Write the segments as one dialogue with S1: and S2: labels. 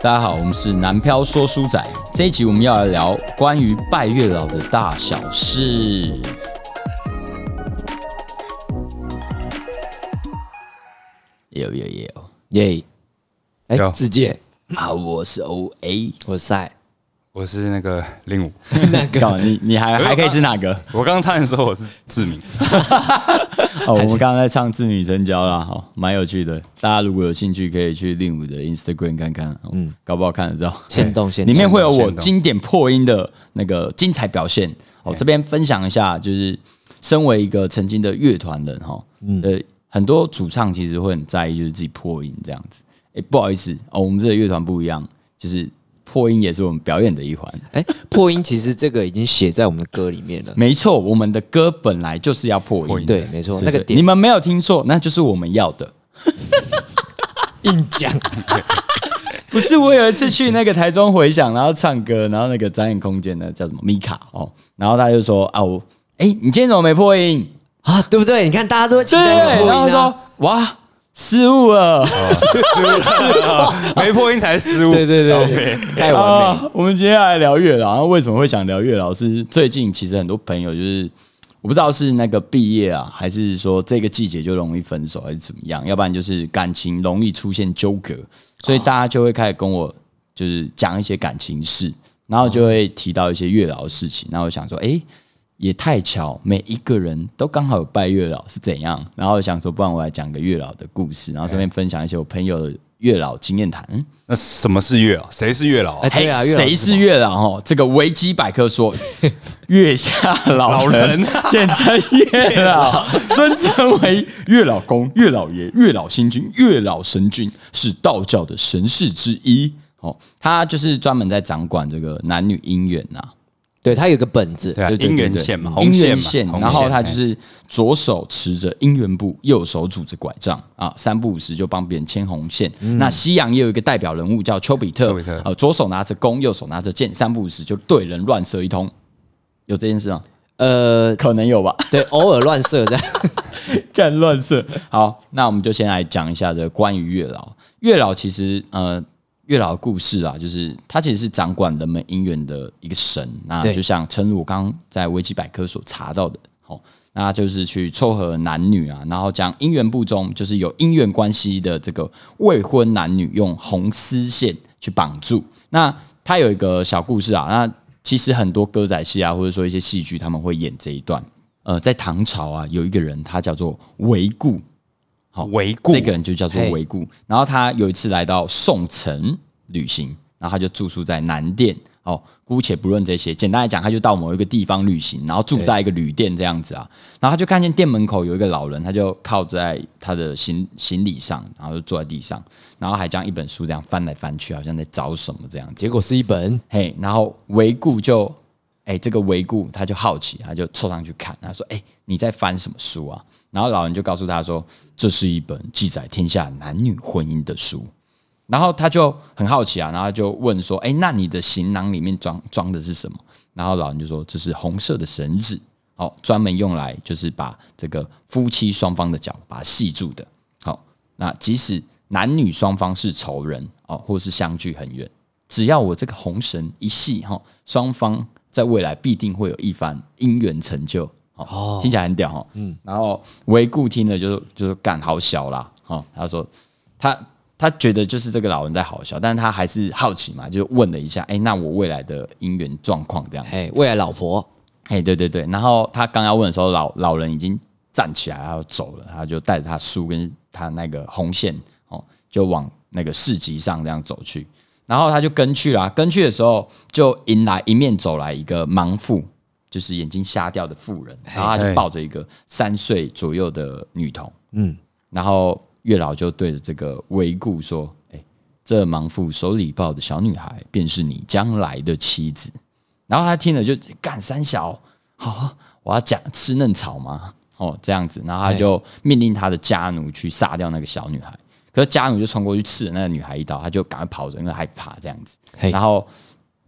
S1: 大家好，我们是南漂说书仔。这一集我们要来聊关于拜月老的大小事。有有有
S2: 耶！哎
S3: 有，
S2: 自介，
S1: 啊！我是 O A，
S2: 我是赛，
S3: 我是那个令武，
S2: 那
S1: 干嘛？你你还还可以是哪个？
S3: 我刚刚差点说我是志 明，
S1: 哦，我们刚刚在唱《织女真娇》啦，好，蛮有趣的。大家如果有兴趣，可以去令武的 Instagram 看看，嗯，搞不好看得到。
S2: 先动先
S1: 里面会有我
S3: 先动
S1: 经典破音的那个精彩表现。
S2: 哎
S1: 哦，这边分享一下，就是身为一个曾经的乐团人哈，
S2: 嗯
S1: 呃，很多主唱其实会很在意，就是自己破音这样子。哎，不好意思哦，我们这个乐团不一样，就是破音也是我们表演的一环。
S2: 哎，破音其实这个已经写在我们的歌里面了。
S1: 没错，我们的歌本来就是要破音，
S3: 破音
S2: 对，没错，
S1: 是
S2: 那个
S1: 是
S2: 点
S1: 你们没有听错，那就是我们要的。
S2: 硬讲，
S1: 不是，我有一次去那个台中回响，然后唱歌，然后那个展演空间呢叫什么米卡哦，然后他就说啊我，哎、你今天怎么没破音？
S2: 啊，对不对？你看大家都会期
S1: 对，
S2: 待我
S1: 然后
S2: 破音
S1: 说
S2: 啊，
S1: 哇失误了，
S3: 没破音才失误。哦
S2: 对对对
S3: 对，
S2: 太完美。
S1: 啊，我们今天来聊月老，然后为什么会想聊月老？是最近其实很多朋友就是我不知道是那个毕业啊，还是说这个季节就容易分手，还是怎么样？要不然就是感情容易出现纠葛，所以大家就会开始跟我就是讲一些感情事，然后就会提到一些月老的事情，然后我想说，哎、也太巧，每一个人都刚好有拜月老是怎样？然后想说，不然我来讲个月老的故事，然后顺便分享一些我朋友的月老经验谈。
S3: 那什么是月老？谁是月老
S2: 哎？对啊
S1: 嘿
S2: 月老是
S1: 谁
S2: 什
S1: 是
S2: 么
S1: 月老？哦，这个维基百科说，月下老人， 简称月老，尊称为月老公、月老爷、月老星君、月老神君，是道教的神士之一。哦，他就是专门在掌管这个男女姻缘啊呐、
S2: 对他有个本子，
S3: 对啊，
S1: 对对对
S3: 姻缘
S1: 对
S3: 线嘛，红
S1: 姻
S3: 线
S1: 缘
S3: 嘛，
S1: 线。
S3: 红
S1: 然后他
S3: 哎
S1: 就是左手持着姻缘簿，右手拄着拐杖啊，三不五时就帮别人牵红线。那西洋也有一个代表人物叫丘比特
S3: 嗯丘比特，
S1: 呃，左手拿着弓，右手拿着箭，三不五时就对人乱射一通。有这件事吗？
S2: 呃，
S1: 可能有吧，
S2: 对，偶尔乱射这样。
S1: 干乱射。好，那我们就先来讲一下这个关于月老。月老其实呃，月老的故事啊，就是他其实是掌管人们姻缘的一个神。那
S2: 对
S1: 就像正如我刚刚在维基百科所查到的，哦，那他就是去凑合男女啊，然后将姻缘簿中就是有姻缘关系的这个未婚男女用红丝线去绑住。那他有一个小故事啊，那其实很多歌仔戏啊，或者说一些戏剧，他们会演这一段。呃，在唐朝啊，有一个人，他叫做韦固，好
S3: 维固
S1: 这个人就叫做
S2: 嘿
S1: 韦固。然后他有一次来到宋城旅行，然后他就住宿在南店。哦，姑且不论这些，简单来讲，他就到某一个地方旅行，然后住在一个旅店这样子啊。然后他就看见店门口有一个老人，他就靠在他的行行李上，然后就坐在地上，然后还将一本书这样翻来翻去，好像在找什么这样子。
S2: 结果是一本，
S1: 嘿，然后维固就，哎、这个维固他就好奇，他就凑上去看，他说：“哎、你在翻什么书啊？”然后老人就告诉他说：“这是一本记载天下男女婚姻的书。”然后他就很好奇啊，然后他就问说：“哎、那你的行囊里面装装的是什么？”然后老人就说：“这是红色的绳子，哦，专门用来就是把这个夫妻双方的脚把它系住的。好、那即使男女双方是仇人哦，或是相距很远，只要我这个红绳一系哈，双方在未来必定会有一番姻缘成就。哦，听起来很屌哈。嗯，然后维固听了就就是干好小啦。哦，他说他他觉得就是这个老人在好笑，但是他还是好奇嘛，就问了一下，哎、那我未来的姻缘状况这样子。
S2: 哎，未来老婆，
S1: 哎，对对对，然后他刚要问的时候，老老人已经站起来他要走了，他就带着他书跟他那个红线哦，就往那个市集上这样走去。然后他就跟去啦，跟去的时候就迎来迎面走来一个盲妇，就是眼睛瞎掉的妇人，然后他就抱着一个三岁左右的女童，嗯，然后月老就对着这个维固说：“哎，这盲妇手里抱的小女孩便是你将来的妻子。”然后他听了就干三小，好、我要讲吃嫩草吗？哦，这样子，然后他就命令他的家奴去杀掉那个小女孩。可是家奴就冲过去刺了那个女孩一刀，他就赶快跑着，因为害怕这样子。
S2: 嘿
S1: 然后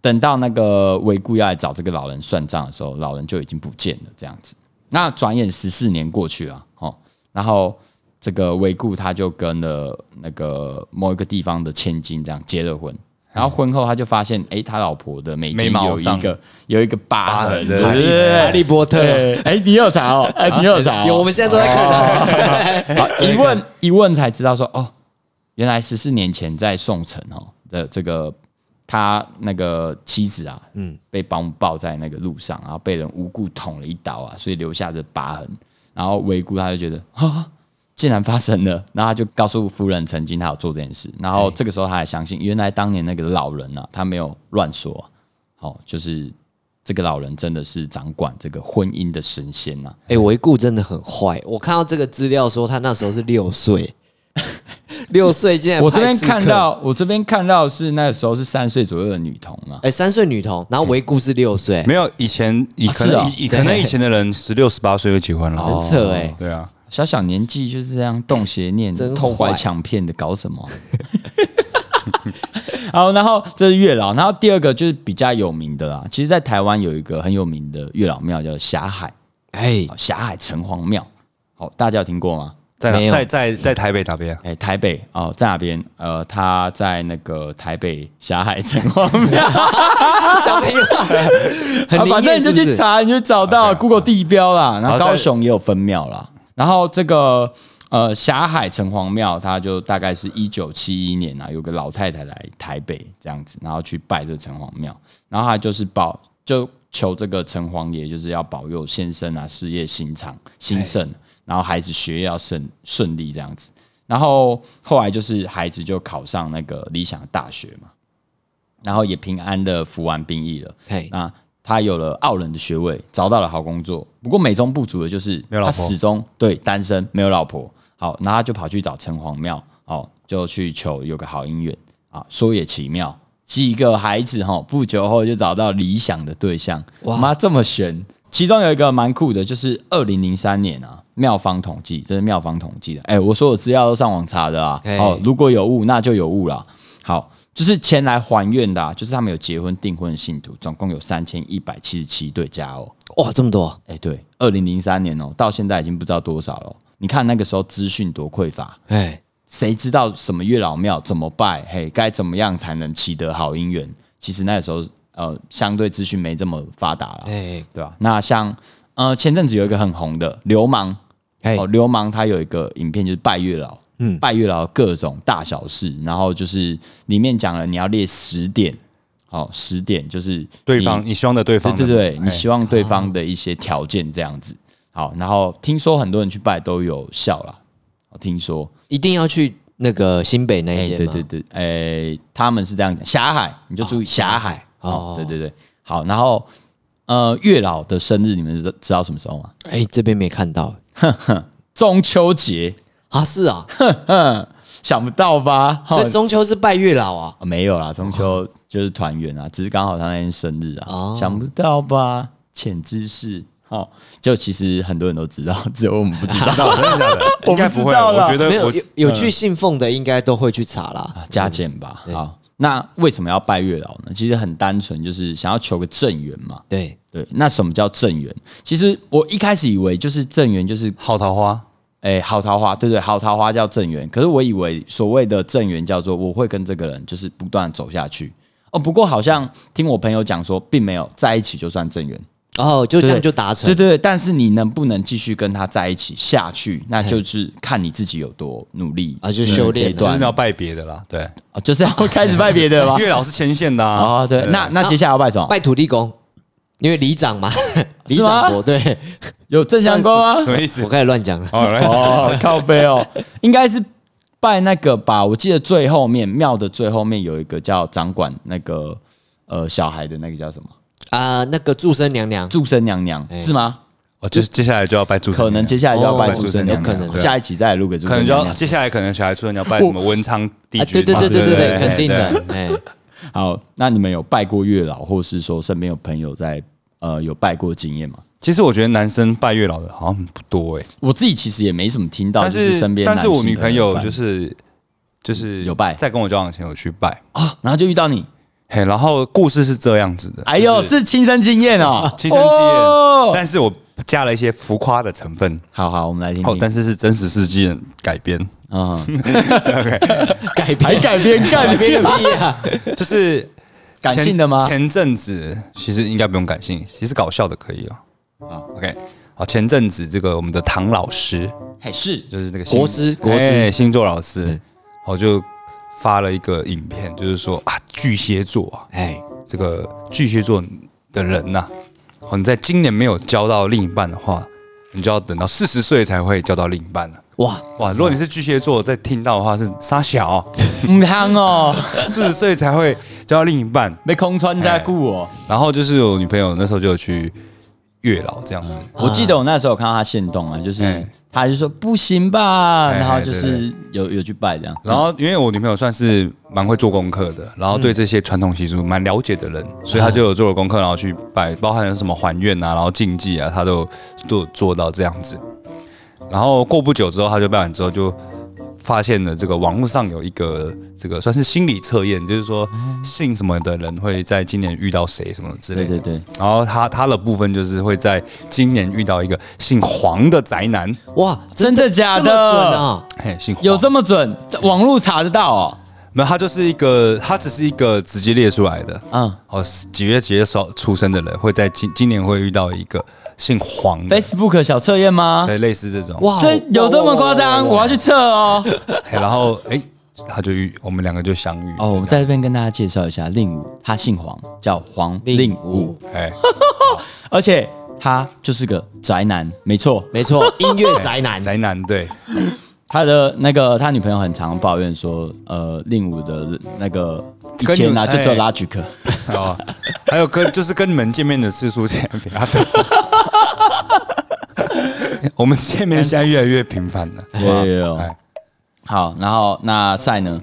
S1: 等到那个维固要来找这个老人算账的时候，老人就已经不见了，这样子。那转眼十四年过去了，哦，然后这个维固他就跟了那个某一个地方的千金这样结了婚，然后婚后他就发现，哎，他老婆的眉
S3: 眉
S1: 间
S3: 毛
S1: 有一
S3: 上
S1: 个有一个疤
S3: 疤
S1: 痕，
S3: 痕
S1: 对
S3: 对
S1: 对对，
S2: 哈利波特
S1: 对，哎，你有查哦，哎，你有查哦，
S2: 有，我们现在都在看他。
S1: 好一问一问才知道说，哦，原来十四年前在宋城哦的这个他那个妻子啊，嗯，被绑抱在那个路上，然后被人无故捅了一刀啊，所以留下的疤痕。然后维姑他就觉得啊，竟然发生了，然后他就告诉夫人曾经他有做这件事，然后这个时候他还相信，原来当年那个老人啊，他没有乱说、啊，好、就是这个老人真的是掌管这个婚姻的神仙呐、啊。
S2: 哎，维顾真的很坏，我看到这个资料说他那时候是六岁， 六岁竟然
S1: 我这边
S2: 拍刺客
S1: 看，到，我这边看到是那时候是三岁左右的女童啊，
S2: 哎，三岁女童，然后维顾是六岁，
S3: 没有以前，以
S1: 啊哦
S3: 可
S1: 是
S3: 能
S1: 哦
S3: 以以可能以前的人十六十八岁就结婚了，
S2: 很扯哎。
S3: 对啊，
S1: 小小年纪就是这样动邪念、
S2: 真
S1: 偷怀
S2: 坏
S1: 抢骗的，搞什么？ 好，然后这是月老，然后第二个就是比较有名的啦。其实，在台湾有一个很有名的月老庙叫霞海，
S2: 哎
S1: 好霞海城隍庙。好，大家有听过吗？
S3: 在
S2: 没有
S3: 在在在台北哪边啊？
S1: 哎、台北哦，在哪边？呃，他在那个台北霞海城隍庙。
S2: 讲没了，很
S1: 啊，
S2: 灵
S1: 反正
S2: 验
S1: 你就
S2: 是不
S1: 去
S2: 是？
S1: 查，你就找到 Google 地标啦。然后
S3: 好
S1: 高
S3: 再
S1: 雄也有分庙啦。然后这个呃霞海城隍庙，它就大概是一九七一年啊，有个老太太来台北这样子，然后去拜这城隍庙，然后她就是保就求这个城隍爷，就是要保佑先生啊事业兴长兴盛，
S3: 哎
S1: 然后孩子学业要顺顺利这样子。然后后来就是孩子就考上那个理想的大学嘛，然后也平安的服完兵役了。
S2: 嘿，
S1: 那他有了傲人的学位，找到了好工作。不过美中不足的就是
S3: 没有老
S1: 他
S3: 婆
S1: 始终对单身，没有老婆。好，然后他就跑去找城隍庙，哦，就去求有个好姻缘啊。说也奇妙，几个孩子哈、哦，不久后就找到理想的对象。哇，妈这么悬！其中有一个蛮酷的，就是二零零三年啊，妙方统计，这是妙方统计的。哎，我所有资料都上网查的啊。
S2: 哎
S1: 哦，如果有误，那就有误啦。好，就是前来还愿的、啊，就是他们有结婚订婚的信徒，总共有三千一百七十七对家哦。
S2: 哇，这么多，
S1: 哎，对，二零零三年哦，到现在已经不知道多少了哦。你看那个时候资讯多匮乏，
S2: 哎，
S1: 谁知道什么月老庙怎么拜？嘿，该怎么样才能祈得好姻缘？其实那个时候呃，相对资讯没这么发达了，
S2: 哎，
S1: 对吧、那像呃前阵子有一个很红的《流氓》，
S2: 哎
S1: 哦，，流氓他有一个影片就是拜月老，嗯，
S2: 嗯
S1: 拜月老的各种大小事，然后就是里面讲了你要列十点，好、哦，十点就是
S3: 对
S1: 你
S3: 方，你希望的对
S1: 对
S3: 方的，
S1: 对对，你
S3: 哎
S1: 希望对方的一些条件这样子。好，然后听说很多人去拜都有效啦，我听说，
S2: 一定要去那个新北那
S1: 哎、
S2: 一间
S1: 对
S2: 吗
S1: 对对，哎、他们是这样讲，霞海你就注意霞海，哦
S2: 哦，
S1: 对对对，好，然后呃，月老的生日你们知知道什么时候吗？
S2: 哎、这边没看到
S1: 中秋节，
S2: 啊，是啊，
S1: 嗯，想不到吧？
S2: 所以中秋是拜月老啊，
S1: 哦、没有啦，中秋就是团圆啊，只是刚好他那天生日啊，
S2: 哦
S1: 想不到吧？浅知识，好、就其实很多人都知道， 只有我们不知道。
S3: 真的假的？
S1: 我
S3: 应该
S1: 不知
S3: 不会，啊
S1: 道啦
S3: 我觉得
S2: 没有
S3: 我
S2: 有有去信奉的，应该都会去查啦。
S1: 加减吧。好，那为什么要拜月老呢？其实很单纯，就是想要求个正缘嘛。
S2: 对，
S1: 对，那什么叫正缘？其实我一开始以为就是正缘，就是
S3: 好桃花，
S1: 哎、好桃花，对对，好桃花叫正缘。可是我以为所谓的正缘叫做我会跟这个人就是不断走下去。哦，不过好像听我朋友讲说，并没有在一起就算正缘。
S2: 哦，就这
S1: 对
S2: 样就达成。
S1: 对对对，但是你能不能继续跟他在一起下去，那就是看你自己有多努力
S2: 啊就
S1: 经营
S2: 修
S1: 这
S2: 炼
S1: 一
S3: 就
S1: 段
S3: 是要拜别的啦。对，
S1: 哦就是要开始拜别的 吗？
S3: 月老是牵线的啊，
S1: 哦，对，那那接下来要拜什么？
S2: 拜土地公，因为里长嘛，里
S1: 是吗
S2: 长伯。对，
S1: 有正啊相关吗？
S3: 什么意思
S2: 我？开始乱讲了。
S3: 哦，来
S1: 哦，靠背哦，应该是拜那个吧。我记得最后面庙的最后面有一个叫掌管那个呃小孩的那个叫什么
S2: 啊、那个祝生娘娘，
S1: 祝生娘娘、是吗？
S3: 哦，就是接下来就要拜祝，
S1: 可能接下来就要拜
S3: 哦
S1: 祝生娘
S2: 有可
S1: 娘，
S2: 能
S1: 下一集再来录给祝
S3: 可
S1: 生
S3: 能就
S1: 娘
S3: 要
S1: 娘。
S3: 接下来可能小孩出生要拜什么文昌帝
S2: 啊，
S3: 君
S1: 哎
S2: 对
S3: 嘛，
S2: 对对对对
S3: 对，
S2: 对，肯定
S3: 对。
S2: 的。哎，
S1: 好，那你们有拜过月老，或是说身边有朋友在呃有拜过经验吗？
S3: 其实我觉得男生拜月老的好像不多哎，
S1: 我自己其实也没什么听到，
S3: 但
S1: 就是身边
S3: 但是我
S1: 男性
S3: 女
S1: 的
S3: 朋友
S1: 拜嗯
S3: 就是就是
S1: 有拜
S3: 在跟我交往前有去拜，
S1: 啊，然后就遇到你，
S3: 嘿，然后故事是这样子的，
S1: 哎呦，是亲身经验哦，
S3: 亲身经
S1: 哦
S3: 验，但是我加了一些浮夸的成分，
S1: 好好，我们来听嗯
S3: 哦
S1: 听，。
S3: 但是是真实事件改编，
S2: 改
S1: 还
S2: 编
S1: 改编
S2: 改
S1: 干
S2: 编个屁啊！
S3: 就是
S1: 感
S3: 前
S1: 性的吗
S3: 前阵子其实应该不用感性，其实搞笑的可以了。啊，OK，好，
S1: 哦
S3: 前阵子这个我们的唐老师，
S1: 还是
S3: 就是那个
S2: 国师国师嗯
S3: 哎星座老师，我就发了一个影片，就是说啊，巨蟹座啊，
S2: 哎，
S3: 这个巨蟹座的人呐、好，你在今年没有交到另一半的话，你就要等到四十岁才会交到另一半了。
S2: 哇，
S3: 哇，如果你是巨蟹座，在听到的话是傻 小，
S1: 嗯汤 哦，
S3: 四十岁才会交到另一半。
S1: 被空穿加固哦。
S3: 然后就是我女朋友那时候就有去月老这样子，
S1: 哎我记得我那时候有看到他现动啊，就是
S3: 哎
S1: 他就说不行吧，
S3: 哎
S1: 然后
S3: 哎
S1: 就
S3: 对
S1: 是有有去拜这样。
S3: 然后因为我女朋友算是蛮会做功课的，然后对这些传统习俗蛮了解的人，所以她就有做了功课，然后去拜，包含什么还愿啊，然后禁忌啊，她都有都有做到这样子。然后过不久之后，她就拜完之后就发现了这个网络上有一个这个算是心理测验，就是说姓什么的人会在今年遇到谁什么之类
S1: 对
S3: 的。
S1: 对对，
S3: 然后她她的部分就是会在今年遇到一个姓黄的宅男，
S2: 哇，
S1: 真的假
S2: 这
S1: 的？
S2: 么准啊？
S3: 嘿，姓黄
S1: 有这么准？网络查得到哦。
S3: 没有，他就是一个，他只是一个直接列出来的。
S1: 嗯
S3: 哦，几月几月出出生的人会在今今年会遇到一个姓黄的，
S1: ，Facebook 小测验吗？
S3: 对，类似这种。哇，
S2: 哇，
S1: 这有这么夸张？我要去测哦。
S3: 然后哎，他就遇我们两个就相遇。
S1: 哦，我在这边跟大家介绍一下令武，他姓黄，叫黄令
S2: 令
S1: 武
S2: 武，
S3: 哎，
S1: 而且他就是个宅男，没错。
S2: 没错，音乐宅男，
S3: 哎宅男 对，
S1: 他的那个他女朋友很常抱怨说，呃，令武的那个一
S3: 跟
S1: 天
S3: 你
S1: 啊，就只有
S3: 哎
S1: Logic。
S3: 哦，还有跟就是跟你们见面的次数现在比他多。 我们见面现在越来越频繁了。
S1: 有有有
S3: 哎，
S1: 好，然后那赛呢？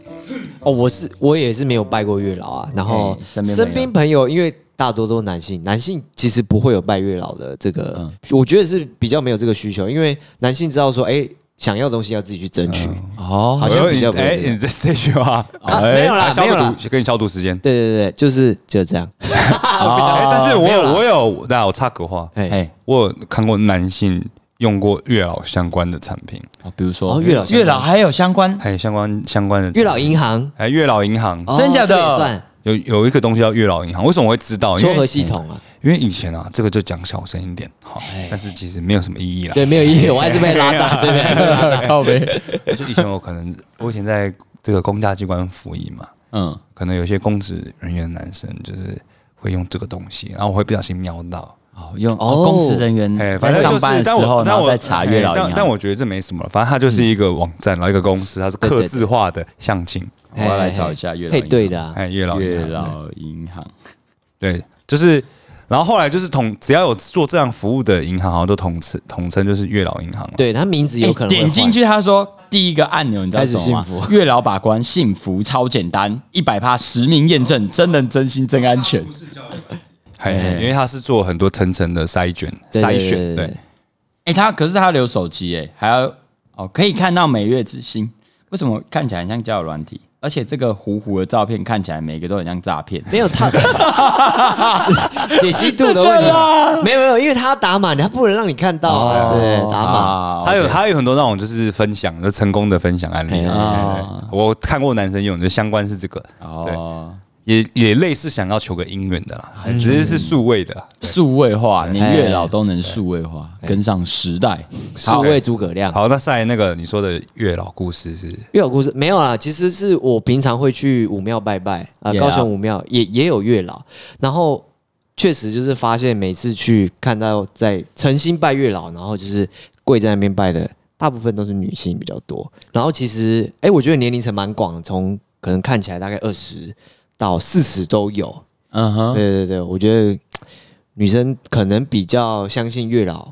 S2: 哦，我是我也是没有拜过月老啊，然后
S1: 哎身边朋友
S2: 身边朋友因为大多都男性，男性其实不会有拜月老的这个，
S1: 嗯
S2: 我觉得是比较没有这个需求，因为男性知道说，哎，想要的东西要自己去争取。
S1: 哦
S2: 好像比较不会
S3: 哎，你这 这句话
S2: 啊没有啦
S3: 哎消
S2: 没有
S3: 个
S2: 啦
S3: 毒，给你消毒时间。
S2: 对对对，就是就这样。哦
S3: 哎、但是我
S2: 没有啦
S3: 有我有，那我插个话，
S2: 哎，
S1: 哎，
S3: 我有看过男性用过月老相关的产品，
S1: 哦比如说
S2: 哦月老相关
S1: 月老还有相 关，
S3: 还有相关相关的产品
S2: 月老，银行，
S3: 还有月老银行、
S2: 哦
S1: 真假的
S2: 这个也算
S3: 有有一个东西叫月老银行，为什么我会知道？因
S2: 撮合
S3: 为
S2: 系统啊？
S3: 因为以前啊，这个就讲小声一点，好，
S1: 哎
S3: 但是其实没有什么意义啦。
S2: 对，没有意义，我还是被拉 大，对不对？
S1: 靠呗。
S3: 就以前我可能我以前在这个公家机关服役嘛，
S1: 嗯，
S3: 可能有些公职人员男生就是会用这个东西，然后我会不小心瞄到。
S1: 哦，用
S2: 哦
S1: 公职人
S3: 哎，
S1: 员
S3: 反
S1: 嗯在
S3: 正就
S1: 上
S3: 是
S1: 班的时
S3: 但我
S1: 候，然
S3: 但
S1: 后
S3: 我
S1: 再查月老银
S3: 哎但
S1: 行。
S3: 但我觉得这没什么了，反正它就是一个网站，然后一个公司，它是
S2: 对
S3: 刻
S2: 对
S3: 字化的相亲。
S1: 我要来找一下月老
S2: 配
S1: 银行
S2: 对的啊。
S3: 哎，月老银
S1: 月
S3: 行
S1: 老银行，
S3: 对，就是，然后后来就是统，只要有做这样服务的银行，好像都统称统称就是月老银行了。
S2: 对他名字有可能
S1: 哎
S2: 会换
S1: 点进，去，他说第一个按钮你知道
S2: 开
S1: 是
S2: 始
S1: 什么
S2: 幸
S1: 吗？月老把关，幸福超简单，一百趴实名验证，真人真心真安全。
S3: 哎，因为它是做很多层层的筛选，
S2: 对
S3: 筛
S2: 对对
S3: 选。
S2: 对
S3: 对，
S1: 哎、他可是他留手机哎，还要哦，可以看到每月之星。为什么看起来很像交友软体？而且这个糊糊的照片看起来每个都很像诈骗。
S2: 没有他，是 解析度的啊问题。没有没有，因为他要打满，他不能让你看到啊。对，打满。
S1: 啊
S3: 它有它有很多那种就是分享，就成功的分享案
S2: 哎
S3: 例。对对对
S1: 啊
S3: 我看过男生用，就相关是这个，
S1: 哦，
S3: 也也类似想要求个姻缘的啦，只是
S2: 嗯
S3: 是数位的啦。
S1: 数位化，连月老都
S2: 哎
S1: 能数位化，跟上时代。
S2: 数位诸葛亮。
S3: 好，那赛那个你说的月老故事是
S2: 月老故事没有啦，其实是我平常会去武庙拜拜啊、呃
S1: Yeah
S2: 高雄武庙也也有月老，然后确实就是发现每次去看到在诚心拜月老，然后就是跪在那边拜的，大部分都是女性比较多。然后其实哎、诶我觉得年龄层蛮广的，从可能看起来大概二十到四十都有。
S1: 嗯哼，
S2: 对对对，我觉得嘖女生可能比较相信月老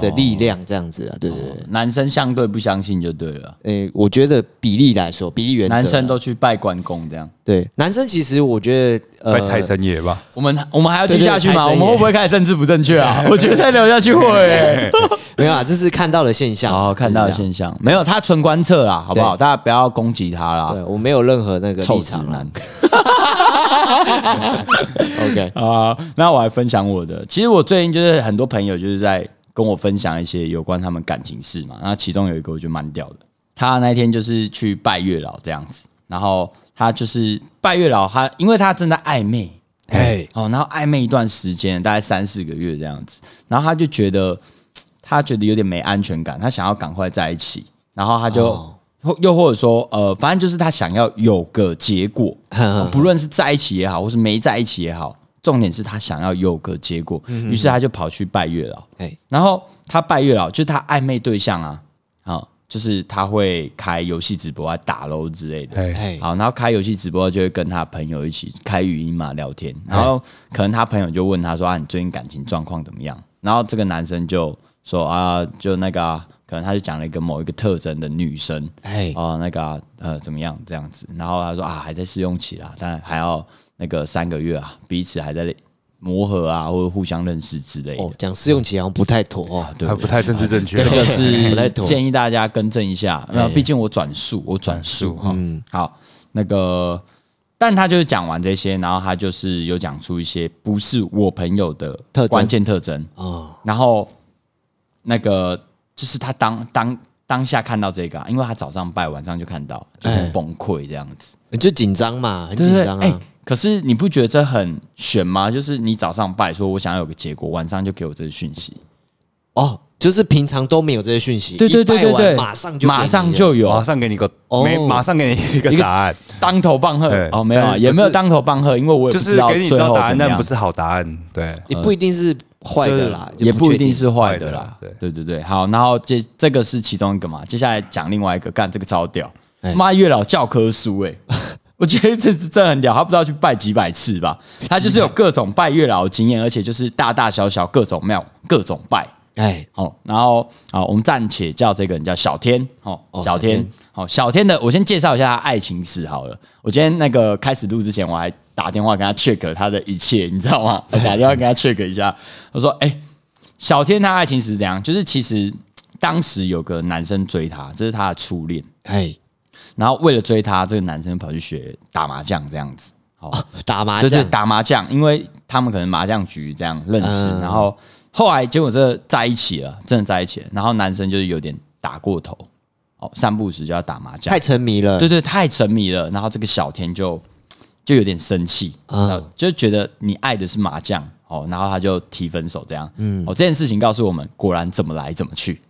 S2: 的力量这样子啊，对对对。
S1: 男生相对不相信就对了，
S2: 诶、我觉得比例来说，比例原则啊，
S1: 男生都去拜关公这样。
S2: 对，男生其实我觉得
S3: 拜
S2: 呃，
S3: 财神爷吧？
S1: 我们我们还要继续
S2: 对对
S1: 下去吗？
S2: 财神
S1: 我
S2: 爷
S1: 们会不会开始政治不正确啊？我觉得再聊下去会欸。
S2: 没有啊，这是看到的现象。
S1: 哦，看到的
S2: 是这样
S1: 现象没有，他纯观测啦，好不好？
S2: 对
S1: 大家不要攻击他啦，
S2: 对我没有任何那个
S1: 臭
S2: 立
S1: 直
S2: 场啊。
S1: 男
S2: OK，
S1: 啊！那我来分享我的，其实我最近就是很多朋友就是在跟我分享一些有关他们感情事嘛，那其中有一个我觉得蛮屌的，他那天就是去拜月老这样子，然后他就是拜月老他，因为他正在暧昧，
S2: 哎，
S1: 哦，然后暧昧一段时间，大概三四个月这样子，然后他就觉得他觉得有点没安全感，他想要赶快在一起，然后他就、或又或者说呃，反正就是他想要有个结果，哦不论是在一起也好，或是没在一起也好，重点是他想要有个结果，于是他就跑去拜月老，
S2: 哎
S1: 然后他拜月老，就是他暧昧对象啊，啊、就是他会开游戏直播啊、打楼之类的，
S3: 哎，
S2: 哎，
S1: 好，然后开游戏直播就会跟他朋友一起开语音嘛聊天，然后可能他朋友就问他说啊，你最近感情状况怎么样？然后这个男生就说啊，就那个啊、可能他就讲了一个某一个特征的女生，
S2: 哎，
S1: 哦，那个啊、呃怎么样这样子？然后他说啊，还在试用期啦，但还要那个三个月啊，彼此还在磨合啊，或者互相认识之类的。
S2: 哦，讲试用期好像不太妥哦。
S1: 啊对
S3: 还不太政治正确哦
S1: 这。个
S2: 不太
S1: 是
S2: 妥哎
S1: 建议大家更正一下，那毕竟我转述，我转述哈。
S2: 嗯
S1: 好，那个，但他就是讲完这些，然后他就是有讲出一些不是我朋友的
S2: 特征
S1: 关键特征，
S2: 哦，
S1: 然后那个就是他当当当下看到这个、啊，因为他早上拜，晚上就看到，就很崩溃这样子，
S2: 就紧张嘛，哎很
S1: 对
S2: 紧
S1: 不对
S2: 张
S1: 哎
S2: 啊。
S1: 可是你不觉得这很悬吗？就是你早上拜说我想要有个结果，晚上就给我这个讯息，
S2: 哦，就是平常都没有这些讯息，
S1: 对对对
S2: 一拜
S1: 对
S2: 完
S1: 对，
S2: 马上就
S1: 马上
S2: 给你了
S1: 就有，
S3: 马上给你个
S2: 哦
S3: 没，马上给你一个答案，
S1: 当头棒喝
S3: 对
S1: 哦，没有
S3: 但
S1: 啊，
S3: 是
S1: 也没
S3: 不
S1: 有
S3: 是
S1: 当头棒喝，因为我也
S3: 就
S1: 不
S3: 是
S1: 道
S3: 给你知
S1: 最
S3: 道
S1: 后
S3: 答案，
S1: 怎么
S3: 但
S1: 样啊
S3: 不，是好答案。对，
S2: 也不一定是坏的啦，
S1: 也
S2: 不
S1: 不一
S2: 确定
S1: 定是坏的
S3: 坏的
S1: 啦
S3: 啦。对
S1: 对对对，好，然后这这个是其中一个嘛，接下来讲另外一个，干这个超屌
S2: 哎，
S1: 妈月老教科书哎、 我觉得这这很屌，他不知道去拜几百次吧，他就是有各种拜月老的经验，而且就是大大小小各种庙各种拜。
S2: 哎，
S1: 好、然后好，我们暂且叫这个人叫小天，哦，
S2: 哦
S1: 小
S2: 小
S1: 天
S2: 天，
S1: 好、小天的，我先介绍一下他爱情史好了。我今天那个开始录之前，我还打电话跟他 check 他的一切，你知道 吗？我打电话跟他 check 一下，我说，哎、小天他爱情史是怎样？就是其实当时有个男生追他，这是他的初恋，
S2: 哎，
S1: 然后为了追他，这个男生跑去学打麻将这样子，好、
S2: 打麻
S1: 对对，
S2: 将，
S1: 打麻将，因为他们可能麻将局这样认识，
S2: 嗯
S1: 然后后来结果这在一起了，真的在一起了。然后男生就是有点打过头，哦，散步时就要打麻将
S2: 太，沉迷了，
S1: 对对，太沉迷了。然后这个小天就就有点生气，
S2: 嗯
S1: 嗯、就觉得你爱的是麻将哦，然后他就提分手这样。嗯，哦，这件事情告诉我们，果然怎么来怎么去。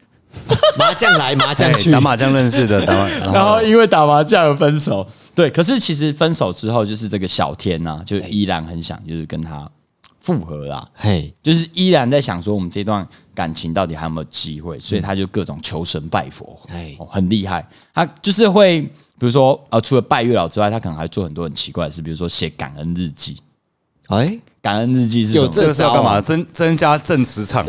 S2: 麻将 来麻将
S3: 哎
S2: 去
S3: 打，麻将认识的，打 麻
S2: 嗯
S3: 然
S1: 然
S3: 后
S1: 后因为打麻将而分手。对，可是其实分手之后，就是这个小天呐、就依然很想就是跟他复合啊啦。
S2: 嘿，
S1: 就是依然在想说我们这段感情到底还有没有机会，所以他就各种求神拜佛，
S2: 哎
S1: 哦、很厉害。他就是会，比如说呃，除了拜月老之外，他可能还做很多很奇怪的事，比如说写感恩日记。
S2: 哎，
S1: 感恩日记是什么
S2: 有？
S3: 这个是要干嘛？增增加正 磁场，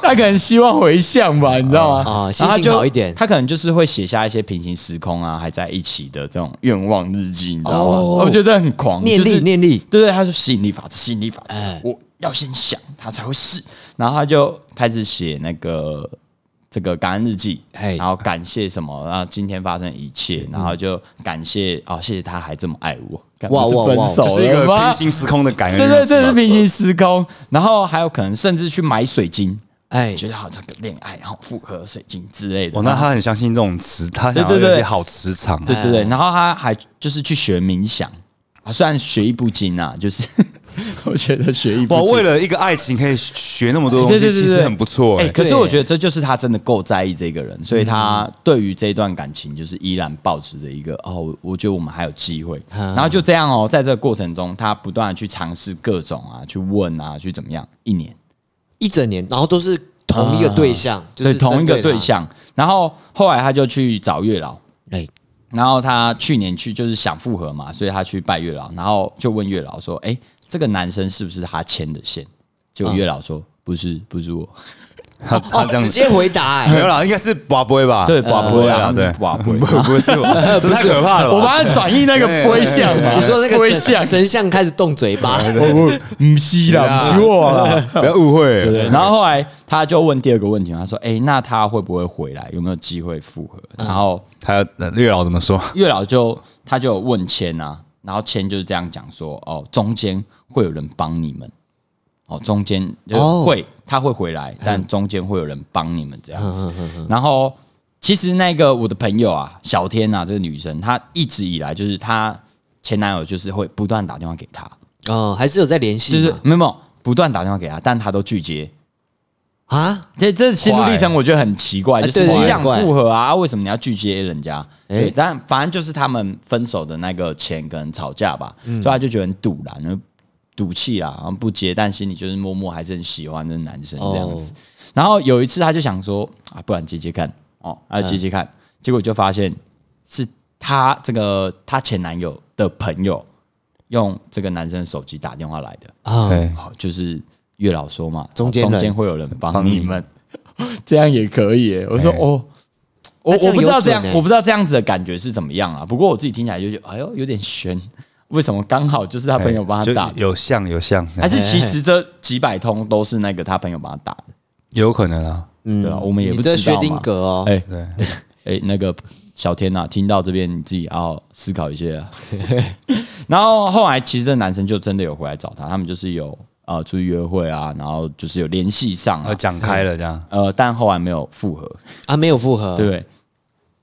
S1: 他可能希望回向吧，你知道吗？
S2: 啊
S1: 然后他
S2: 心情
S1: 就
S2: 好一点
S1: 他可能就是会写下一些平行时空啊，还在一起的这种愿望日记，你知道吗？
S2: 哦
S1: 我觉得很狂，
S2: 念
S1: 就是
S2: 力念力，
S1: 对对，他说吸引力法则，吸引力法则，
S2: 哎
S1: 我要先想，他才会试。然后他就开始写那个这个感恩日记，
S2: 哎
S1: 然后感谢什么，然后今天发生的一切，
S2: 嗯
S1: 然后就感谢哦，谢谢他还这么爱我。干
S2: 哇
S1: 不是
S2: 哇哇
S1: 分手
S3: 就是一个
S1: 了吗
S3: 平行时空的感恩日
S1: 对
S3: 记嘛。
S1: 对，这是平行时空。然后还有可能甚至去买水晶，
S2: 哎，
S1: 觉得好这个恋爱，然后复合水晶之类的。
S3: 哦，那他很相信这种磁，他想要
S1: 对对对
S3: 有一些好磁场。啊
S1: 对对对，然后他还就是去学冥想啊，虽然学艺不精啊，就是 我觉得学艺不
S3: 哇，
S1: 精。
S3: 为了一个爱情可以学那么多东
S1: 对
S3: 西，
S1: 对对
S3: 其
S1: 对，
S3: 实很不错。
S1: 哎、
S3: 哎，
S1: 可是
S2: 对
S1: 我觉得这就是他真的够在意这个人，所以他对于这段感情就是依然保持着一个哦，我我觉得我们还有机会。然后就这样哦，在这个过程中，他不断的去尝试各种啊，去问啊，去怎么样，一年
S2: 一整年，然后都是同一个对象，就是
S1: 啊对同一个
S2: 针
S1: 对
S2: 他，
S1: 象。然后后来他就去找月老，
S2: 哎，
S1: 然后他去年去就是想复合嘛，所以他去拜月老，然后就问月老说：“哎、这个男生是不是他牵的线？”结果月老说：“不是，不是我。”
S3: 他他
S2: 哦，
S3: 这样
S2: 直
S3: 子
S2: 接回答，
S3: 没
S2: 哎，
S3: 有啦，应该是宝贝吧？
S1: 对，宝贝
S3: 啦
S1: 啊，
S3: 呃对，
S1: 宝贝。
S3: 不不是 我，这太可怕了吧？
S1: 我帮 他转译那个不会像嘛，
S2: 你说那
S1: 不
S2: 个
S1: 会像
S2: 神，神像开始动嘴巴，
S1: 不是啦，不是我啦。
S3: 啊不要误会。
S1: 对，啊然后后来他就问第二个问题嘛，他说：“哎，那他会不会回来？有没有机会复合？”然后
S3: 他要呃月老怎么说？
S1: 月老就他就有问谦啊，然后谦就是这样讲说：“哦，中间会有人帮你们，哦，中间就
S2: 哦
S1: 会他会回来，但中间会有人帮你们这样子。”然后其实那个我的朋友啊，小天啊，这个女生，她一直以来就是她前男友就是会不断打电话给她，
S2: 哦，还是有在联系
S1: 就
S2: 嘛，
S1: 是没有没有不断打电话给她，但她都拒接。
S2: 啊，
S1: 这这心路历程我觉得很奇怪，
S2: 哎
S1: 就是
S2: 对
S1: 你
S2: 对
S1: 想
S2: 怪
S1: 复合啊，为什么你要拒接人家？
S2: 哎
S1: 对，但反正就是他们分手的那个前可能吵架吧，
S2: 嗯
S1: 所以他就觉得很堵然，然后赌气啦，然后不接，但心里就是默默还是很喜欢这男生这样子。
S2: 哦
S1: 然后有一次他就想说啊，不然接接看哦，啊
S2: 嗯
S1: 接接看，结果就发现是他这个她前男友的朋友用这个男生的手机打电话来的。
S2: 啊，
S3: 对，
S1: 好，就是月老说嘛，
S2: 中间人
S1: 中间会有人帮
S3: 帮
S1: 你
S3: 你
S1: 们， 这样也可以耶。我说
S3: 哎
S1: 哦，我
S2: 那
S1: 我
S2: 这样
S1: 不知道
S2: 有
S1: 这
S2: 准
S1: 样，
S2: 欸
S1: 我不知道这样子的感觉是怎么样啊。不过我自己听起来就觉得，哎呦，有点悬。为什么刚好就是他朋友帮他打
S3: 哎
S1: 哎
S3: 就？有像有像，
S1: 还是
S2: 哎
S1: 其实这几百通都是那个他朋友帮他打的？
S3: 有可能啊。
S2: 嗯
S1: 对啊我们也不
S2: 你这
S1: 知道
S2: 薛
S1: 嘛
S2: 定谔哦，
S1: 哎
S3: 对，
S1: 哎，那个小天呐、啊，听到这边你自己要好好思考一下、啊。 然后后来其实这男生就真的有回来找他，他们就是有呃出去约会啊，然后就是有联系上、啊
S3: 呃，，讲开了这样，
S1: 呃，但后来没有复合，
S2: 啊，没有复合，
S1: 对不对？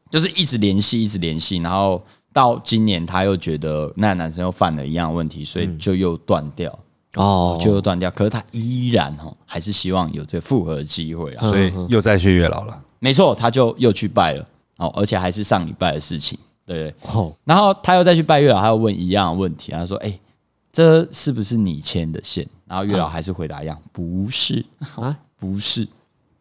S1: 就是一直联系，一直联系，然后到今年他又觉得那男生又犯了一样的问题，所以就又断掉，
S2: 哦，
S1: 就又断掉。可是他依然哦，还是希望有这复合的机会啊。
S3: 所以又再去月老了。
S1: 没错，他就又去拜了哦，而且还是上礼拜的事情，对不对？
S2: 哦，
S1: 然后他又再去拜月老，他又问一样的问题，他说：“哎、这是不是你牵的线？”然后月老还是回答一样：“不是，
S2: 啊
S1: 不是。”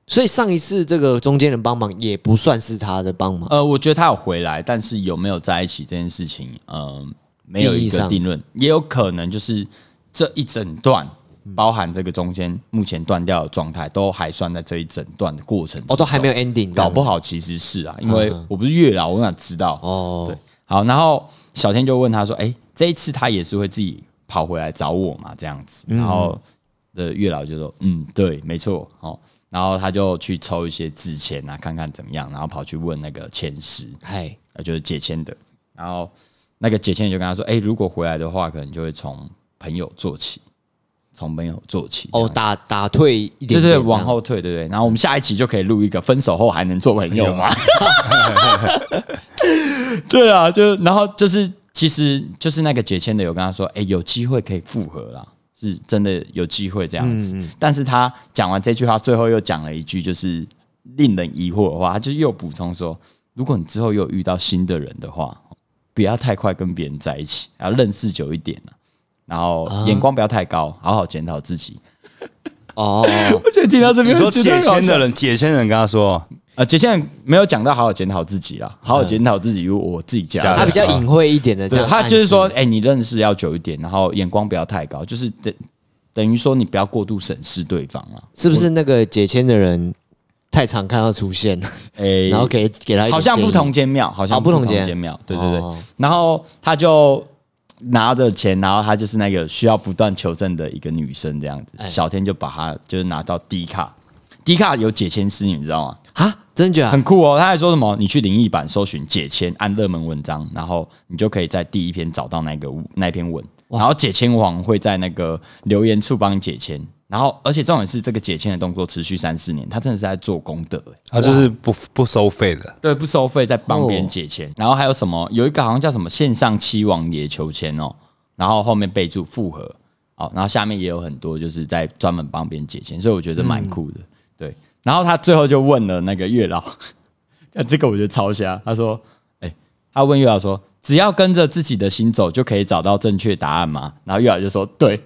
S2: 所以上一次这个中间人帮忙也不算是他的帮忙，
S1: 呃，我觉得他有回来，但是有没有在一起这件事情，嗯、没有一
S2: 意义
S1: 个
S2: 上
S1: 定论，也有可能就是这一整段。包含这个中间目前断掉的状态，都还算在这一整段的过程。
S2: 哦，都还没有，ending，
S1: 搞不
S2: 好
S1: 好其实是啊，因为我不是月老，我哪知道？
S2: 哦
S1: 对，好，然后小天就问他说：“哎、这一次他也是会自己跑回来找我嘛？这样子。”然后的月老就说：“嗯，对，没错。”哦，然后他就去抽一些纸钱啊，看看怎么样，然后跑去问那个前十，
S2: 嗨，
S1: 呃，就是解签的。然后那个解签人就跟他说：“哎、如果回来的话，可能就会从朋友做起，从朋友做起。”
S2: 哦，。打打退一
S1: 对
S2: 点
S1: 对，
S2: 点，这样
S1: 往后退，对对。然后我们下一期就可以录一个分手后还能做朋友吗？ 对啊，就然后就是，其实就是那个解签的有跟他说，哎、有机会可以复合啦，是真的有机会这样
S2: 嗯
S1: 子。但是他讲完这句话，最后又讲了一句就是令人疑惑的话，他就又补充说，如果你之后又遇到新的人的话，不要太快跟别人在一起，然后认识久一点啊然后眼光不要太高，好好检讨自己。
S2: 哦，哦
S1: 我觉得听到这
S3: 你
S1: 边，
S3: 说
S1: 我觉得
S3: 解
S1: 很好
S3: 签
S1: 笑
S3: 的人，解签的人跟他说，啊
S1: 呃，杰现在没有讲到好好检讨自己啦，好好检讨自己，如果我自己家
S3: 假
S1: 人，
S3: 的
S2: 他比较隐晦一点的，这
S1: 对
S2: 样
S1: 他
S2: 暗
S1: 就是
S2: 示
S1: 说，哎、你认识要久一点，然后眼光不要太高，就是等等于说你不要过度审视对方啊了，
S2: 是不是那个解签的人太常看到出现，
S1: 哎、
S2: 然后给给他一点
S1: 好像
S2: 建议
S1: 不同间庙，好像
S2: 哦不同间
S1: 间庙，对对对。
S2: 哦
S1: 然后他就拿着钱，然后他就是那个需要不断求证的一个女生这样子。小天就把他就是拿到 D 卡，D 卡有解签师，你知道吗？
S2: 啊，真假
S1: 很酷哦。他还说什么？你去灵异版搜寻解签，按热门文章，然后你就可以在第一篇找到那个那篇文。然后解签王会在那个留言处帮你解签，然后而且重点是这个解签的动作持续三四年，他真的是在做功德、欸
S3: 他就是不不收费的，
S1: 对，不收费，在帮别人
S2: 哦
S1: 解签。然后还有什么？有一个好像叫什么线上七王爷求签哦，然后后面备注复合哦，然后下面也有很多就是在专门帮别人解签，所以我觉得蛮酷的。对，然后他最后就问了那个月老， 那这个我觉得超瞎。他说：“哎、他问月老说，只要跟着自己的心走，就可以找到正确答案吗？”然后月老就说：“对。”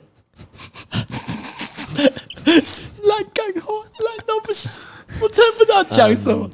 S1: 烂干话，烂到不行，我真不知道讲什么。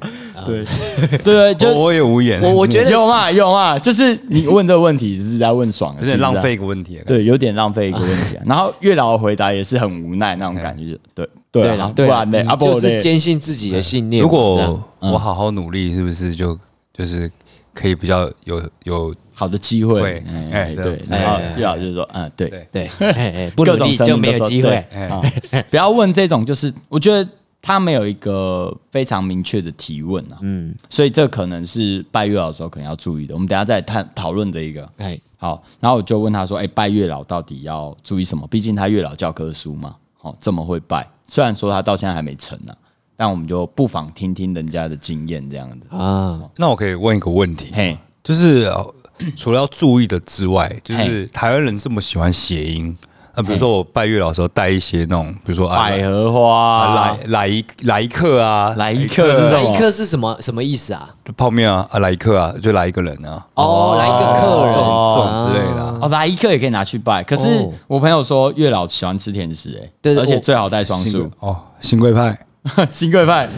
S1: 对，对对，就嗯
S3: 我我也无言，
S2: 我我觉得
S1: 有嘛有嘛，就是你问这个问题是在问爽，
S3: 有点浪，费一个问题。啊
S1: 对，有点浪费一个问题啊。然后月老的回答也是很无奈那种感觉，对对
S2: 对
S1: 啊
S2: 了，，
S1: 不
S2: 对啦
S1: 然呢？
S2: 你
S1: 啊，不
S2: 就是
S1: 嘞，
S2: 坚信自己的信念嘛。
S3: 如
S2: 这样
S3: 果
S1: 嗯
S3: 我好好努力，是不是就就是可以比较有有
S1: 好的机会
S3: 会，
S1: 哎
S3: 哎
S1: 对，
S3: 这
S1: 然
S3: 样
S1: 后
S3: 子
S1: 月老就说，嗯，对，
S3: 对
S2: 对，哎 哎不
S1: 各
S2: 努
S1: 种
S2: 力
S1: 生
S2: 就
S1: 命
S2: 没
S1: 都
S2: 有
S1: 说
S2: 机
S1: 对
S2: 会。
S3: 哎
S1: 啊，不要问这种，就是我觉得他没有一个非常明确的提问啊，嗯，所以这可能是拜月老的时候可能要注意的。我们等一下再探讨论这一个。
S2: 哎，
S1: 好，然后我就问他说：“哎、拜月老到底要注意什么？毕竟他月老教科书嘛，好、这么会拜，虽然说他到现在还没成呢、啊，但我们就不妨听听人家的经验这样子。
S2: 啊，
S3: 那我可以问一个问题，
S1: 嘿，
S3: 就是呃除了要注意的之外，就是台湾人这么喜欢谐音，那比如说我拜月老的时候带一些那种，比如说啊
S1: 百合花
S3: 啊来来一来一克啊，
S1: 来一克是什
S2: 来一
S1: 么？
S2: 克是什么什么意思啊？
S3: 就泡面啊啊来一克啊，就来一个人啊，
S2: 哦，来一个客
S3: 这
S2: 人，
S3: 种这种之类的啊。
S1: 哦，来一克也可以拿去拜。可是
S2: 哦
S1: 我朋友说月老喜欢吃甜食、欸，
S2: 对对
S1: 而且
S2: 我
S1: 最好带双
S3: 新
S1: 数
S3: 贵。哦，新贵
S1: 啊
S3: 派
S1: 新贵派，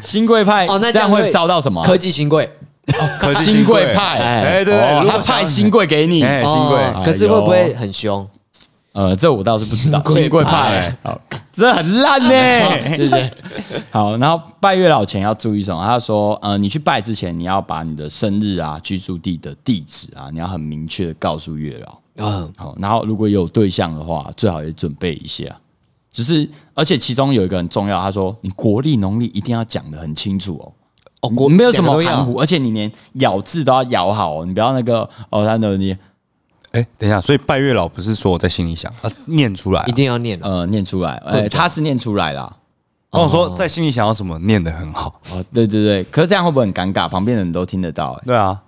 S1: 新贵派，
S2: 哦，那
S1: 这样会遭到什么？
S2: 科技新贵，
S3: 科技
S1: 新贵派，
S2: 哎
S3: 哎对对
S1: 哦
S3: 如果
S1: 他
S3: 想
S1: 派新贵给你，
S3: 哎，新
S2: 哦
S3: 贵
S2: 可是会不会很凶？
S1: 呃，这我倒是不知道。新贵派，好，这很烂呢，
S2: 是不是？
S1: 好，然后拜月老前要注意什么？他说，呃，你去拜之前，你要把你的生日啊、居住地的地址啊，你要很明确的告诉月老。
S2: 嗯，
S1: 好，然后如果有对象的话，最好也准备一下。只是，而且其中有一个很重要，他说你国历、农历一定要讲的很清楚哦。哦，国没有什么
S2: 嗯两个都要
S1: 含糊，而且你连咬字都要咬好哦，你不要那个哦，他的你
S3: 哎，等一下，所以拜月老不是说我在心里想，啊，念出来啊
S2: 一。定要念的。
S1: 呃念出来，呃，他是念出来啦。
S3: 然后我哦说在心里想要怎么念得很好。
S1: 哦，对对对，可是这样会不会很尴尬？旁边的人都听得到、欸，
S3: 对啊，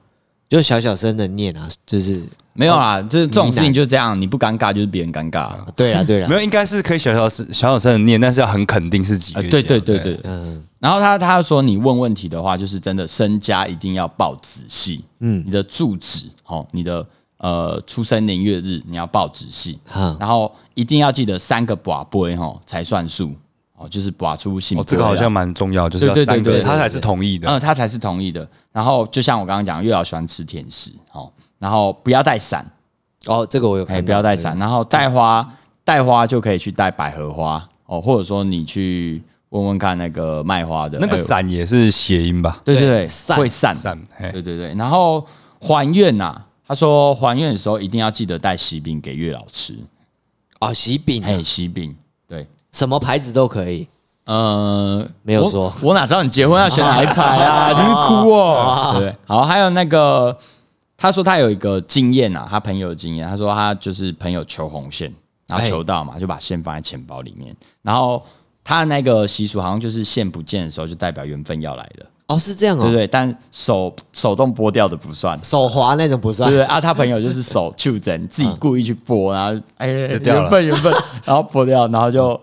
S2: 就小小声的念啊，就是
S1: 没有
S2: 哦
S1: 啦，就是这种事情就这样，你不尴尬就是别人尴尬。啊、
S2: 对 啦对啦
S3: 没，有，应该是可以小小声、小小声的念，但是要很肯定是几个。
S1: 呃对对对对，
S2: 嗯，
S1: 然后他他说你问问题的话，就是真的身家一定要报仔细，嗯，你的住址，哦，你的呃出生年月日你要报仔细，
S3: 嗯
S2: 哈，
S1: 然后一定要记得三个寡杯哈才算数，哦，就是寡出姓
S3: 哦，
S1: 卜
S3: 这
S1: 啦、
S3: 个好像蛮重要，就是要
S1: 对对
S3: 三
S1: 对
S3: 个，
S1: 对对
S3: 他才是同意的。
S1: 嗯，他才是同意的。然后就像我刚刚讲，月老喜欢吃甜食，哦，然后不要带伞，
S2: 哦，这个我有
S1: 哎、
S2: 看到，
S1: 不要带伞，然后带花，带花就可以去带百合花哦，或者说你去问问看那个卖花的
S3: 那个
S1: 哎
S3: 伞也是谐音吧？
S1: 对对对，
S2: 对散
S1: 会散，
S3: 伞，嘿
S1: 对对对，然后还愿呐、他说还愿的时候一定要记得带喜饼给月老吃，
S2: 哦，喜饼啊
S1: 还有喜饼，对。
S2: 什么牌子都可以，
S1: 呃，
S2: 没有
S1: 我
S2: 说
S1: 我哪知道你结婚要选哪一排啊？你是哭哦，对不对？好，还有那个，他说他有一个经验啊，他朋友的经验，他说他就是朋友求红线，然后
S2: 哎
S1: 求到嘛，就把线放在钱包里面，然后他那个习俗好像就是线不见的时候，就代表缘分要来了，
S2: 哦，是这样
S1: 对不
S2: 哦，
S1: 对？但手手动拨掉的不算。
S2: 手滑那种不
S1: 对
S2: 算
S1: 不，对啊，他朋友就是手去整，自己
S2: 嗯
S1: 故意去拨，然后哎，
S3: 掉了
S1: 缘分缘分，然后拨掉，然后就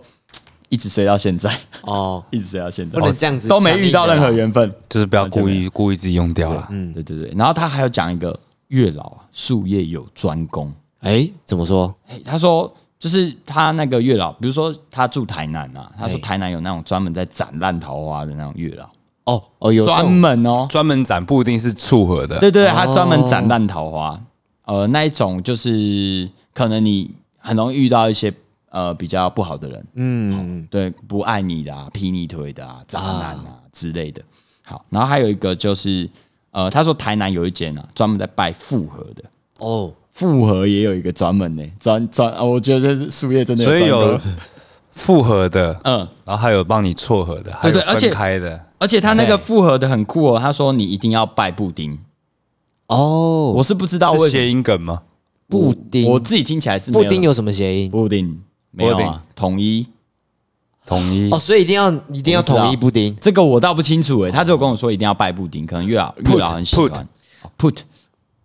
S1: 一直睡到现在。
S2: 哦，
S1: 一直睡到现在，哦
S2: 不能这样子
S1: 都没遇到任何缘分。
S3: 就是不要故意故意自己用掉了。
S1: 嗯，对对对。然后他还有讲一个月老啊，术业有专攻。
S2: 哎，怎么说？
S1: 哎，他说就是他那个月老，比如说他住台南啊，他说
S2: 哎
S1: 台南有那种专门在斩烂桃花的那种月老，
S2: 哦哦，有这
S1: 专
S2: 种
S1: 门哦，
S3: 专门展不一定是撮合的，
S1: 对对，他专门斩烂桃花。呃，那一种就是可能你很容易遇到一些呃比较不好的人，哦
S2: 嗯，
S1: 对，不爱你的、啊、劈你腿的、啊、渣男啊之类的。好，然后还有一个就是，呃，他说台南有一间啊，专门在拜复合的，
S2: 哦，
S1: 复合也有一个专门呢、专专、啊我觉得这树叶真的
S3: 所以
S1: 专
S3: 有
S1: 攻
S3: 复合的，
S1: 嗯，
S3: 然后还有帮你撮合的，还有
S1: 对而且
S3: 分开的。
S1: 而且他那个复合的很酷哦，他说你一定要拜布丁，
S2: 哦，
S1: 我是不知道
S3: 是
S1: 为什么
S3: 谐音梗吗？
S2: 布丁，
S1: 我自己听起来是没
S2: 布丁有什么谐音？
S1: 布丁没有
S3: 布
S1: 啊，统一
S3: 统一
S2: 哦，所以一定要一定要
S1: 我不知道
S2: 统一布丁
S1: 这个我倒不清楚诶、他只有跟我说一定要拜布丁，可能月老月老很喜欢 put，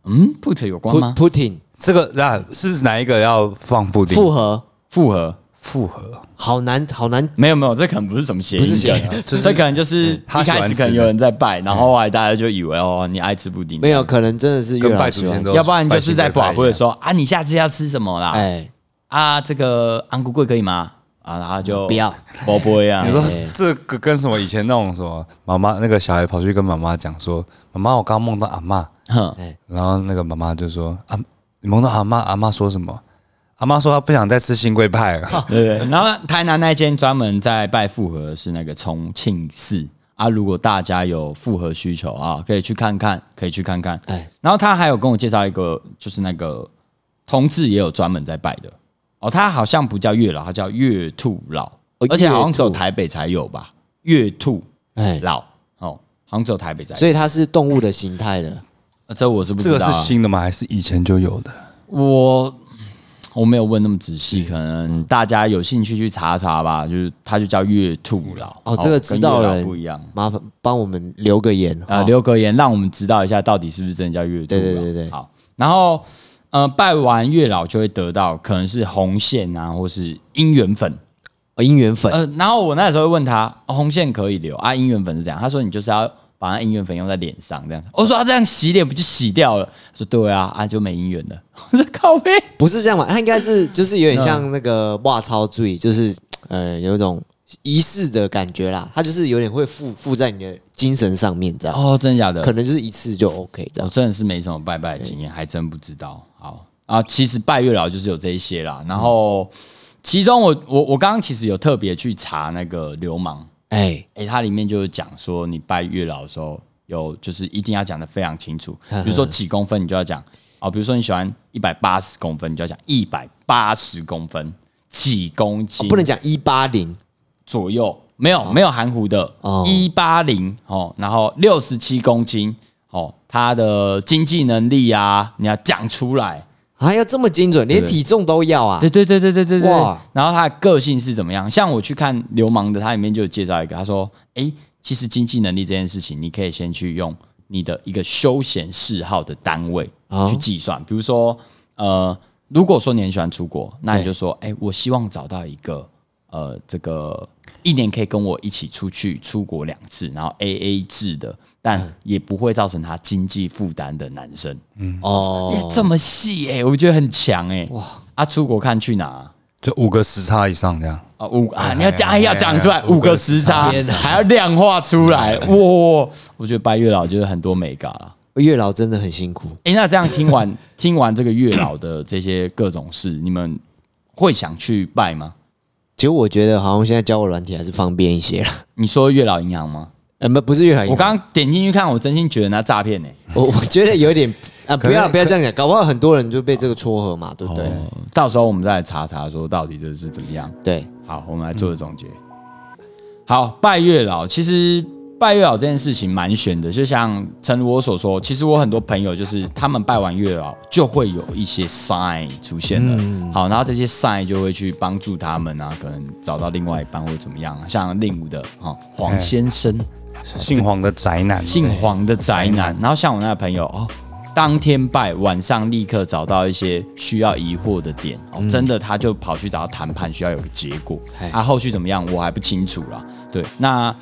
S1: 嗯 put 有关吗？
S2: ，Putin
S3: 这个那是哪一个要放布丁？
S2: 复合，
S1: 复合。
S3: 复合，
S2: 好难好难
S1: 没有没有，这可能不是什么谐音
S2: 不是谐音
S1: 梗，这可能就是
S3: 他
S1: 一
S3: 喜欢
S1: 开始可能有人在拜，然后后来大家就以为哦，你爱吃布丁，
S2: 没有，可能真的是月
S3: 跟
S2: 老
S3: 拜祖
S2: 喜
S3: 先
S2: 欢
S3: 都，
S1: 要不然就是在寡妇
S3: 不
S1: 的时候啊，你下次要吃什么啦？
S2: 哎，
S1: 啊，这个安菇贵可以吗？啊，然后就
S2: 不要，
S1: 宝贝啊
S3: 你，说这个跟什么以前那种什么妈
S1: 哎
S3: 妈哎那个小孩跑去跟妈妈讲说，妈妈我刚梦到阿嬷，
S1: 哼
S3: 然后那个妈妈就说啊，你梦到阿嬷，阿嬷说什么？阿妈说她不想再吃新贵派了。
S1: 对对。对然后台南那间专门在拜复合的是那个重庆寺啊，如果大家有复合需求啊，可以去看看，可以去看看。
S2: 哎
S1: 然后他还有跟我介绍一个，就是那个同志也有专门在拜的哦，他好像不叫月老，他叫月兔老，
S2: 哦
S1: 而且好像
S2: 月兔
S1: 只有台北才有吧？月兔
S2: 哎，
S1: 老哦，好像只有台北才有，
S2: 所以它是动物的形态的，
S1: 呃这我是不
S3: 这
S1: 知
S3: 个
S1: 道
S3: 是
S1: 啊、
S3: 新的吗？还是以前就有的？
S1: 我我没有问那么仔细，可能大家有兴趣去查查吧。就是它就叫月兔老
S2: 哦，这个知
S1: 跟
S2: 道
S1: 月
S2: 了
S1: 老不一样。
S2: 麻烦帮我们留个言
S1: 呃，
S2: 哦
S1: 留个言让我们知道一下到底是不是真的叫月兔。啊
S2: 对对对对
S1: 好，然后呃，拜完月老就会得到可能是红线啊，或是姻缘粉。
S2: 哦姻缘粉，
S1: 呃，然后我那时候会问他，哦红线可以留啊，姻缘粉是这样。他说你就是要把那姻缘粉用在脸上这样。我说他、啊、这样洗脸不就洗掉了？他说对啊，啊就没姻缘了。我说靠背，
S2: 不是这样吧？它应 该是就是有点像那
S1: 嗯
S2: 个袜超醉，就是呃有一种仪式的感觉啦。它就是有点会附附在你的精神上面这样，
S1: 哦，真的假的？
S2: 可能就是一次就 OK 这
S1: 我
S2: 样。
S1: 真的是没什么拜拜的经验，还真不知道。好啊，其实拜月老就是有这一些啦。然后其中我我我刚刚其实有特别去查那个流氓，
S2: 哎，
S1: 诶，它里面就是讲说你拜月老的时候有就是一定要讲的非常清楚，比如 说几公分你就要讲哦，比如说你喜欢一百八十公分，你就要讲一百八十公分几公斤，
S2: 哦不能讲一八零
S1: 左右，没有、没有含糊的，
S2: 哦
S1: 一八零哦，然后六十七公斤哦，他的经济能力啊，你要讲出来。
S2: 啊，要这么精准，连
S1: 对
S2: 体重都要啊
S1: 对。对对对对对对
S2: 哇。
S1: 然后他的个性是怎么样？像我去看《流氓的》，它里面就有介绍一个，他说：“诶，其实经济能力这件事情，你可以先去用你的一个休闲嗜好的单位
S2: 哦
S1: 去计算，比如说，呃，如果说你很喜欢出国，那你就
S2: 对
S1: 说：诶，我希望找到一个呃，这个一年可以跟我一起出去出国两次，然后 A A 制的，
S2: 嗯
S1: 但也不会造成他经济负担的男生。”
S2: 哦
S1: 欸、，这么细哎、欸，我觉得很强哎、哇！啊，出国看去哪啊？
S3: 就五个时差以上这样。
S1: 啊五啊，你要讲哎
S3: 哎
S1: 要讲出来
S3: 哎
S1: 五个时差
S2: 天，哪
S1: 还要量化出来哇！我觉得拜月老就是很多美感啦。
S2: 月老真的很辛苦。
S1: 哎、那这样听完听完这个月老的这些各种事，你们会想去拜吗？
S2: 其实我觉得好像现在交友软体还是方便一些啦。
S1: 你说月老银行吗？
S2: 呃，不，不是月老银行，
S1: 我刚刚点进去看，我真心觉得那诈骗呢。
S2: 我我觉得有点啊，
S3: 可
S2: 不要
S3: 可
S2: 不要这样讲，搞不好很多人就被这个撮合嘛，对不对？
S1: 哦到时候我们再来查查，说到底这是怎么样。
S2: 对，
S1: 好，我们来做个总结。好，拜月老，其实拜月老这件事情蛮玄的，就像正如我所说，其实我很多朋友就是他们拜完月老就会有一些 sign 出现了，好，然后这些 sign 就会去帮助他们啊，可能找到另外一半或者怎么样啊，像令武的哦、黄先生，
S3: 姓黄的宅男，
S1: 姓黄的宅男，然后像我那个朋友哦。当天拜，晚上立刻找到一些需要疑惑的点，哦，真的他就跑去找他谈判，需要有个结果
S2: 哎。
S1: 啊，后续怎么样我还不清楚啦。对，那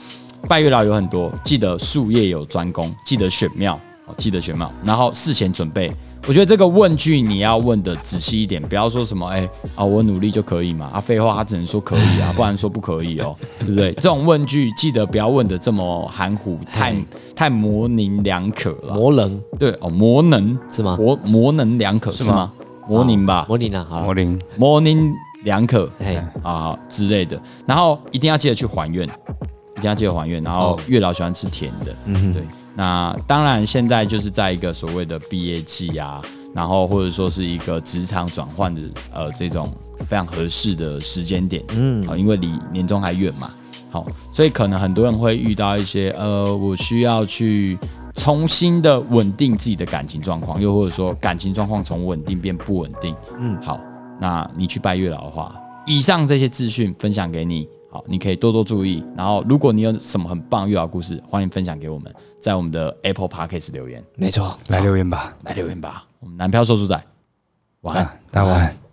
S1: 拜月老有很多，记得术业有专攻，记得选庙，哦记得选庙，然后事前准备。我觉得这个问句你要问的仔细一点，不要说什么哎啊、我努力就可以嘛啊废话，他只能说可以 啊，不然说不可以哦，对不对？这种问句记得不要问的这么含糊，太
S2: 哎
S1: 太模棱两可了。
S2: 魔棱
S1: 对哦，模棱
S2: 是吗
S1: 模模棱两可是吗？模棱吧，
S2: 魔棱啊，好
S3: 魔
S2: 了，
S3: 灵，
S1: 模棱两可。
S2: 哎，
S1: 啊之类的。然后一定要记得去还愿，一定要记得还愿。然后月老喜欢吃甜的，哦嗯，对。那当然，现在就是在一个所谓的毕业季啊，然后或者说是一个职场转换的呃这种非常合适的时间点，嗯，好，因为离年终还远嘛，好，所以可能很多人会遇到一些呃，我需要去重新的稳定自己的感情状况，又或者说感情状况从稳定变不稳定。嗯，好，那你去拜月老的话，以上这些资讯分享给你，好，你可以多多注意。然后，如果你有什么很棒的月老故事，欢迎分享给我们，在我们的 Apple Podcast 留言
S2: 没错，
S3: 来留言吧。
S1: 来留言吧。我们男票说书仔，晚安。
S3: 啊，大家晚安。